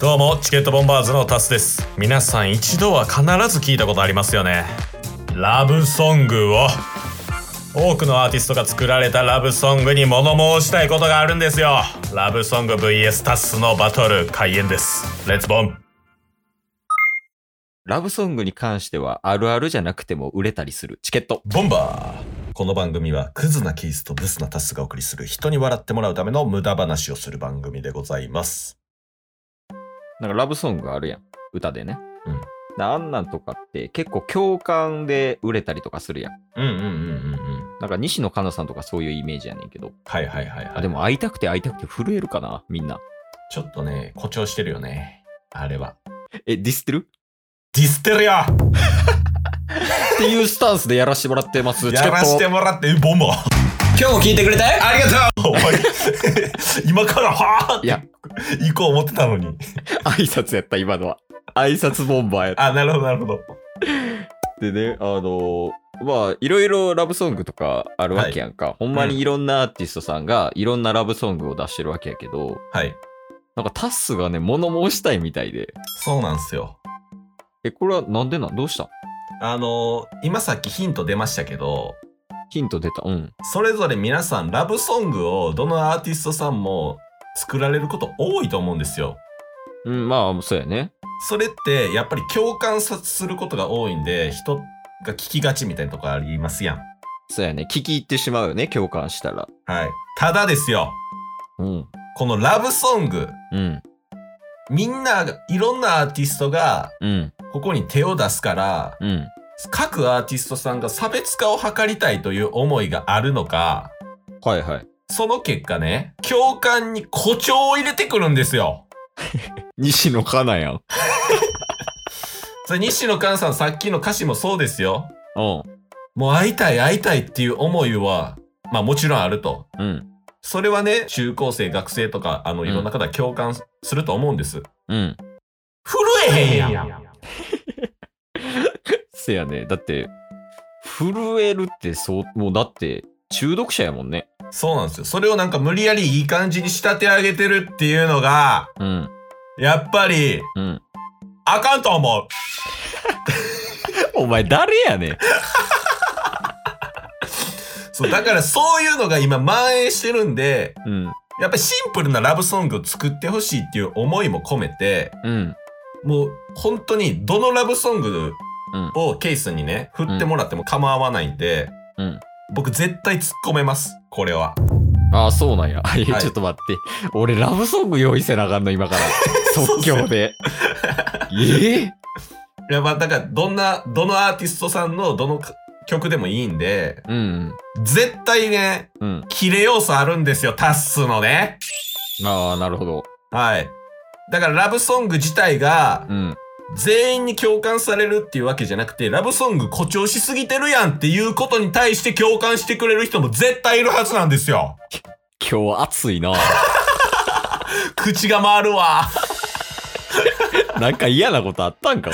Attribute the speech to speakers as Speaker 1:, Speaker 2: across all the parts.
Speaker 1: どうもチケットボンバーズのタスです皆さん一度は必ず聞いたことありますよねラブソングを多くのアーティストが作られたラブソングに物申したいことがあるんですよラブソング VS タスのバトル開演ですレッツボン
Speaker 2: ラブソングに関してはあるあるじゃなくても売れたりするチケット。
Speaker 1: ボンバーこの番組はクズなキースとブスなタスがお送りする人に笑ってもらうための無駄話をする番組でございます
Speaker 2: なんかラブソングがあるやん。歌でね。
Speaker 1: うん
Speaker 2: で。あんなんとかって結構共感で売れたりとかするやん。
Speaker 1: うんうんうんうんうん
Speaker 2: なんか西野カナさんとかそういうイメージやねんけど。
Speaker 1: はいはいはいはい
Speaker 2: あ、でも会いたくて会いたくて震えるかなみんな。
Speaker 1: ちょっとね誇張してるよねあれは
Speaker 2: え、ディスってる
Speaker 1: ディステリア
Speaker 2: っていうスタンスでやらしてもらってます。チケ
Speaker 1: やら
Speaker 2: ッ
Speaker 1: して
Speaker 2: ト。
Speaker 1: もらってボンバー
Speaker 2: 今日も聞いてくれてありがと
Speaker 1: お
Speaker 2: う
Speaker 1: 前今からはーって
Speaker 2: いや、
Speaker 1: 行こう思ってたのに
Speaker 2: 挨拶やった、今のは。挨拶ボンバーやった。
Speaker 1: あなるほどなるほど
Speaker 2: でね、あのーまあ、いろいろラブソングとかあるわけやんか。ほんまにいろんなアーティストさんがいろんなラブソングを出してるわけやけど、
Speaker 1: はい
Speaker 2: なんかタッスがね、物申したいみたいで。
Speaker 1: そうなんすよ
Speaker 2: え、これはなんでなんどうしたん
Speaker 1: あのー今さっきヒント出ましたけど
Speaker 2: ヒント出た。うん。
Speaker 1: それぞれ皆さんラブソングをどのアーティストさんも作られること多いと思うんですよ。
Speaker 2: うん、まあ、そうやね。
Speaker 1: それってやっぱり共感さすることが多いんで人が聞きがちみたいなとこありますやん。
Speaker 2: そうやね。聞き入ってしまうよね、共感したら。
Speaker 1: はい。ただですよ、
Speaker 2: うん。
Speaker 1: このラブソング、
Speaker 2: うん。
Speaker 1: みんながいろんなアーティストが
Speaker 2: うん。
Speaker 1: ここに手を出すから、
Speaker 2: うん。
Speaker 1: 各アーティストさんが差別化を図りたいという思いがあるのか、
Speaker 2: はいはい。
Speaker 1: その結果ね、共感に誇張を入れてくるんですよ。
Speaker 2: 西野カナやん。
Speaker 1: それ西野カンさんさっきの歌詞もそうですよ。
Speaker 2: うん。
Speaker 1: もう会いたい会いたいっていう思いは、まあもちろんあると。
Speaker 2: うん。
Speaker 1: それはね、中高生、学生とか、あの、
Speaker 2: ん
Speaker 1: いろんな方共感すると思うんです。
Speaker 2: うん。
Speaker 1: 震えへんやん。
Speaker 2: せやね。だって、震えるってそう、もうだって、中毒者やもんね。
Speaker 1: そうなんですよ。それをなんか無理やりいい感じに仕立て上げてるっていうのが、
Speaker 2: うん。
Speaker 1: やっぱり、
Speaker 2: うん。
Speaker 1: あかんと思う。
Speaker 2: お前誰やねん。
Speaker 1: そう、だからそういうのが今蔓延してるんで、
Speaker 2: うん。
Speaker 1: やっぱりシンプルなラブソングを作ってほしいっていう思いも込めて、
Speaker 2: うん。
Speaker 1: もう本当にどのラブソングをケースにね、振ってもらっても構わないんで、
Speaker 2: うん。
Speaker 1: 僕絶対突っ込めます。これは。
Speaker 2: ああ、そうなんや。いや、
Speaker 1: はい
Speaker 2: ちょっと待って。俺、ラブソング用意せなあかんの、 今から。即興 で。ええ
Speaker 1: いや、まあ、だから、どんな、どのアーティストさんのどのか曲でもいいんで、
Speaker 2: うん。
Speaker 1: 絶対ね、
Speaker 2: うん。
Speaker 1: キレ要素あるんですよ、タッスのね。
Speaker 2: ああ、なるほど。
Speaker 1: はい。だから、ラブソング自体が
Speaker 2: う、ん。
Speaker 1: 全員に共感されるっていうわけじゃなくて、ラブソング誇張しすぎてるやんっていうことに対して共感してくれる人も絶対いるはずなんですよ。
Speaker 2: 今日暑い な。
Speaker 1: 口が回るわ。
Speaker 2: なんか嫌なことあったんか、お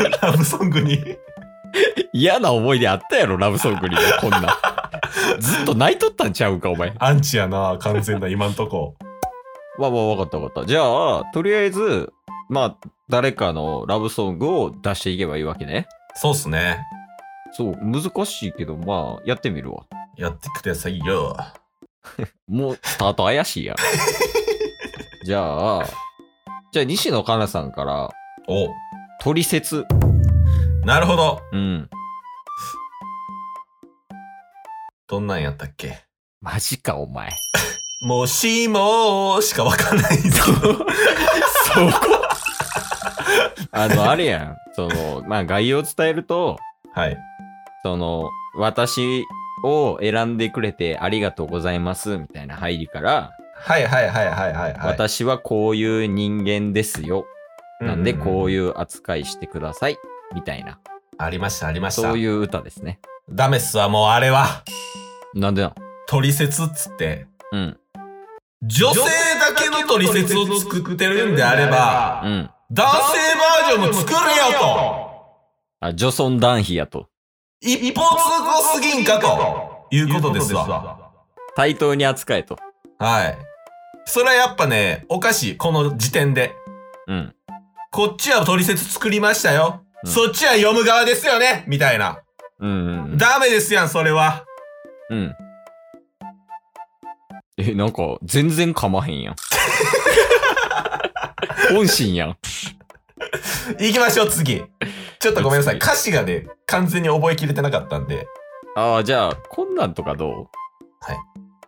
Speaker 2: 前
Speaker 1: ラブソングに。
Speaker 2: 嫌な思い出あったやろ、ラブソングにも。こんな。ずっと泣いとったんちゃうんか、お前。
Speaker 1: アンチやな、完全な、今んとこ。
Speaker 2: わわわかったわかった。じゃあ、とりあえず、まあ、誰かのラブソングを出していけばいいわけね。
Speaker 1: そうっすね。
Speaker 2: そう、難しいけど、まあ、やってみるわ。
Speaker 1: やってくださいよ。
Speaker 2: もうスタート怪しいやん。じゃあ、じゃあ西野カナさんから、
Speaker 1: お、
Speaker 2: トリセツ。
Speaker 1: なるほど。
Speaker 2: うん。
Speaker 1: どんなんやったっけ
Speaker 2: マジか、お前。
Speaker 1: もしもーしかわかんないんですけど。
Speaker 2: そこあの、あれやん。その、まあ、概要を伝えると、
Speaker 1: はい。
Speaker 2: その、私を選んでくれてありがとうございます、みたいな入りから、
Speaker 1: はいはいはいはいはい、はい。
Speaker 2: 私はこういう人間ですよ。なんで、こう
Speaker 1: う。
Speaker 2: いう扱いしてください、みたいな。
Speaker 1: ありましたありました。
Speaker 2: そういう歌ですね。
Speaker 1: ダメっすわ、もうあれは。
Speaker 2: なんでなん
Speaker 1: 取説っつって。
Speaker 2: うん。
Speaker 1: 女性だけの取説を作ってるんであれば、
Speaker 2: うん。
Speaker 1: 男性バージョンも作るよと。
Speaker 2: あ、ジョソン・ダンヒやと。
Speaker 1: 一方通行すぎんかと。いうことですわ。
Speaker 2: 対等に扱えと。
Speaker 1: はい。それはやっぱね、おかしい。この時点で。
Speaker 2: うん。
Speaker 1: こっちは取説作りましたよ。
Speaker 2: うん
Speaker 1: そっちは読む側ですよねみたいな。
Speaker 2: うんうんうん。
Speaker 1: ダメですやん、それは。
Speaker 2: うん。え、なんか、全然かまへ んやん。本心やん。
Speaker 1: 行きましょう、 次。ちょっとごめんなさい。
Speaker 2: 次
Speaker 1: 歌詞がね、完全に覚えきれてなかったんで。
Speaker 2: ああ、じゃあ、こんなんとかどう
Speaker 1: はい。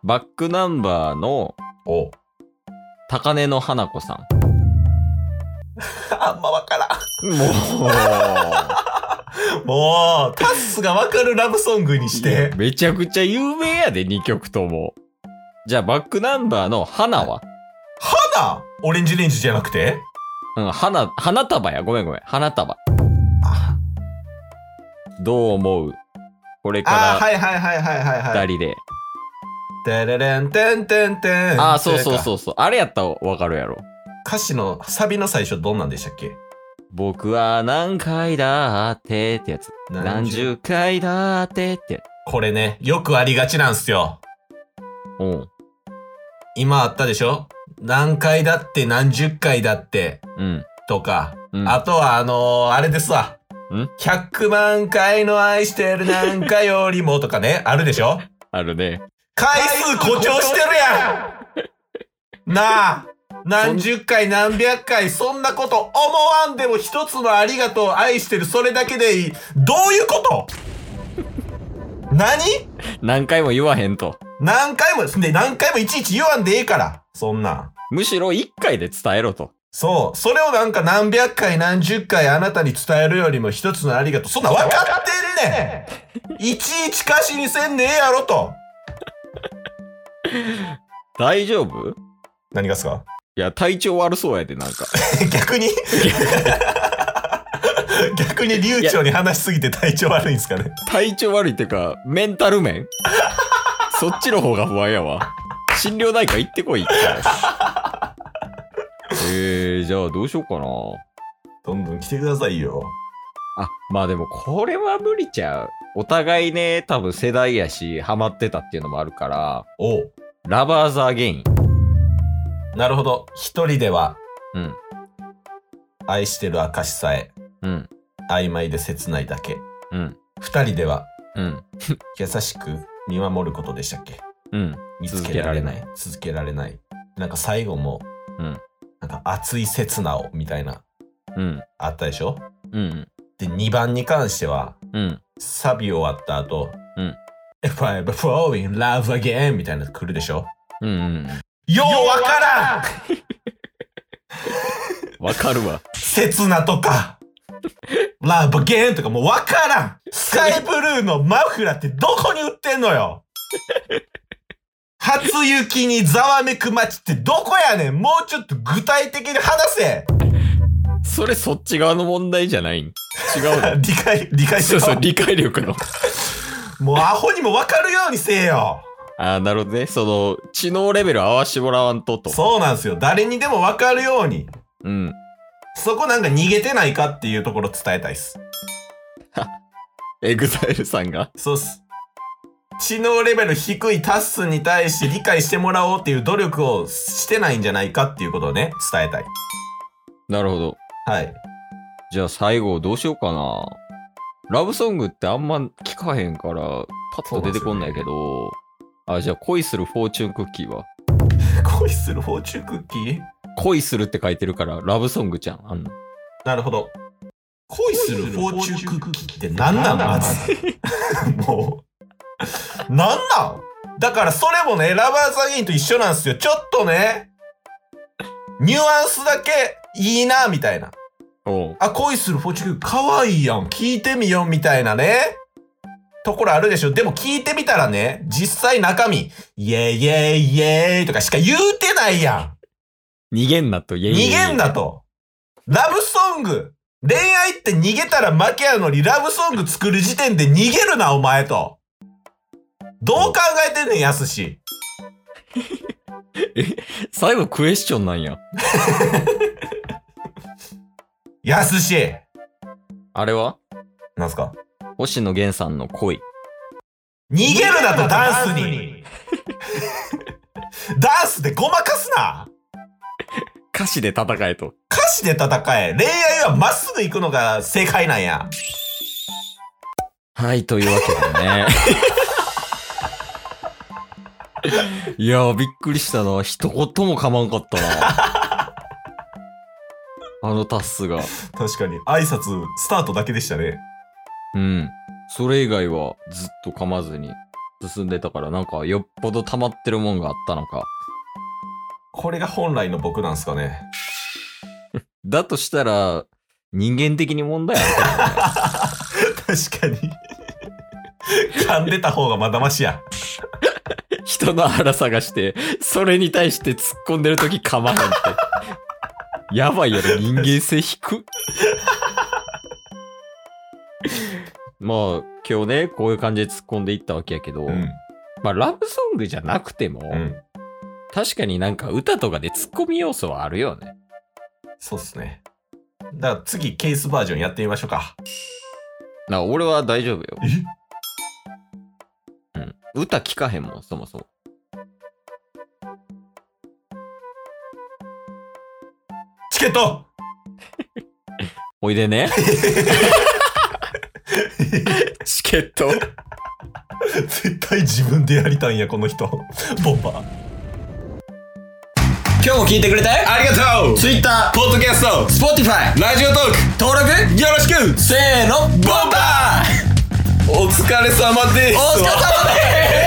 Speaker 2: バックナンバーの
Speaker 1: おう
Speaker 2: 高根の花子さん。
Speaker 1: あんまわからん。
Speaker 2: もう、
Speaker 1: もう、タッスがわかるラブソングにして。
Speaker 2: めちゃくちゃ有名やで、2曲とも。じゃあ、バックナンバーの花は、
Speaker 1: 花オレンジレンジじゃなくて
Speaker 2: うん、花、花束や。ごめんごめん。花束。
Speaker 1: あ
Speaker 2: どう思うこれ
Speaker 1: あー、
Speaker 2: か
Speaker 1: はいはいはいはいはい
Speaker 2: ら
Speaker 1: はい。
Speaker 2: 二人で。
Speaker 1: てれれんてんてんてん。
Speaker 2: ああ、そうそう
Speaker 1: う。
Speaker 2: そうそう。あれやったらわかるやろ。
Speaker 1: 歌詞のサビの最初どんなんでしたっけ
Speaker 2: 僕は何回だってってやつ。何十回だってってやつ。
Speaker 1: これね、よくありがちなんすよ。
Speaker 2: うん。
Speaker 1: 今あったでしょ何回だって何十回だって
Speaker 2: うん。
Speaker 1: とか、
Speaker 2: うん、
Speaker 1: あとはあのー、あれですわ
Speaker 2: ん。
Speaker 1: 100万回の愛してるなんかよりもとかね、あるでしょ
Speaker 2: あるね。
Speaker 1: 回数誇張してるやんなあ何十回何百回そんなこと思わんでも一つのありがとう愛してるそれだけでいいどういうこと何
Speaker 2: 何回も言わへんと。
Speaker 1: 何回もで何回もいちいち言わんでええからそんなん
Speaker 2: むしろ1回で伝えろと。
Speaker 1: そう。それをなんか何百回何十回あなたに伝えるよりも一つのありがとう。そんなん分かってんねんいちいち歌詞にせんねえやろと。
Speaker 2: 大丈夫い
Speaker 1: 何がっすか
Speaker 2: や、体調悪そうやで、なんか。
Speaker 1: 逆に逆に流暢に話しすぎて体調悪いんすかね。
Speaker 2: 体調悪いっていうか、メンタル 面そっちの方が不安やわ。心療内科行ってこい一回えー、じゃあどうしようかな。
Speaker 1: どんどん来てくださいよ。
Speaker 2: あ、まあでもこれは無理ちゃう。お互いね、多分世代やし、ハマってたっていうのもあるから、
Speaker 1: おう。
Speaker 2: ラバーズ・アゲイン。
Speaker 1: なるほど。一人では
Speaker 2: うん。
Speaker 1: 愛してる証さえ
Speaker 2: うん。
Speaker 1: 曖昧で切ないだけ。
Speaker 2: うん。
Speaker 1: 二人では
Speaker 2: うん。
Speaker 1: 優しく見守ることでしたっけ
Speaker 2: うん。
Speaker 1: 見つけられない
Speaker 2: 続けられ
Speaker 1: 続けられないなんか最後も、
Speaker 2: うん
Speaker 1: なんか熱い刹那をみたいな
Speaker 2: うん。
Speaker 1: あったでしょ
Speaker 2: うん。
Speaker 1: で2番に関しては
Speaker 2: うん。
Speaker 1: サビ終わった後、
Speaker 2: うん、
Speaker 1: If I'm falling in love again みたいなの来るでしょ
Speaker 2: うん。うん。
Speaker 1: ようわからん
Speaker 2: わかるわ。
Speaker 1: 刹那と か Love again とかもうわからんスカイブルーのマフラーってどこに売ってんの よ初雪にざわめく街ってどこやねんもうちょっと具体的に話せ
Speaker 2: それそっち側の問題じゃないん違うの
Speaker 1: 理解、理解し
Speaker 2: そ
Speaker 1: ろ
Speaker 2: うそう、理解力の。
Speaker 1: もうアホにも分かるようにせえよ。
Speaker 2: ああ、なるほどね。その、知能レベル合わしてもらわんとと。
Speaker 1: そうなんですよ。誰にでも分かるように。
Speaker 2: うん。
Speaker 1: そこなんか逃げてないかっていうところ伝えたいっす。
Speaker 2: エグザイルさんが。
Speaker 1: そうっす。知能レベル低いタッスンに対して理解してもらおうっていう努力をしてないんじゃないかっていうことをね、伝えたい。
Speaker 2: なるほど。
Speaker 1: はい。
Speaker 2: じゃあ最後どうしようかな。ラブソングってあんま聞かへんから、パッと出てこんないけど。あ、じゃあ恋するフォーチュンクッキーは。
Speaker 1: 恋するフォーチュンクッキー
Speaker 2: 恋するって書いてるから、ラブソングじゃん。あんの。
Speaker 1: なるほど。恋するフォーチュンクッキーって何なんまず。 もう。何なんだからそれもね、ラバーザギンと一緒なんですよ。ちょっとね、ニュアンスだけいいな、みたいな。
Speaker 2: おう
Speaker 1: あ、恋するフォーチュンクッキー可愛いやん。聞いてみよう、みたいなね。ところあるでしょ。でも聞いてみたらね、実際中身、イェイイェイイェイとかしか言うてないやん。
Speaker 2: 逃げんなと、逃
Speaker 1: 逃げんなと。ラブソング。恋愛って逃げたら負けやのに、ラブソング作る時点で逃げるな、お前と。どう考えてんねん、やすし。
Speaker 2: 最後クエスチョンなんや。
Speaker 1: やすし。
Speaker 2: あれは
Speaker 1: なんすか
Speaker 2: 星野源さんの恋。
Speaker 1: 逃げるなとダンスに。ダンスでごまかすな
Speaker 2: 歌詞で戦えと。
Speaker 1: 歌詞で戦え恋愛はまっすぐ行くのが正解なんや。
Speaker 2: はい、というわけでね。いやー、びっくりしたな。一言も噛まんかったな。あのタッスが。
Speaker 1: 確かに。挨拶、スタートだけでしたね。
Speaker 2: うん。それ以外はずっと噛まずに進んでたから、なんかよっぽど溜まってるもんがあったのか。
Speaker 1: これが本来の僕なんすかね。
Speaker 2: だとしたら、人間的に問題あるけどね。
Speaker 1: 確かに。噛んでた方がまだましや。
Speaker 2: 人の腹探して、それに対して突っ込んでる時噛まへんって。やばいやろ、人間性低っ。まあ、今日ね、こういう感じで突っ込んでいったわけやけど、
Speaker 1: うん。
Speaker 2: まあ、ラブソングじゃなくても、
Speaker 1: うん。
Speaker 2: 確かになんか歌とかで突っ込み要素はあるよね。
Speaker 1: そうっすね。だから次、ケースバージョンやってみましょうか。
Speaker 2: な俺は大丈夫よ。
Speaker 1: え
Speaker 2: うん。歌聞かへんもん、そもそも。
Speaker 1: チケット
Speaker 2: おいで ね。チケット。
Speaker 1: 絶対自分でやりたいんや、この人。ボンバー。
Speaker 2: 今日も聞いてくれてありがとう Twitter、ポッドキャスト、Spotify、ラジオトーク登録よろしくせーの、ボンバーお疲れ様ですお疲れ様です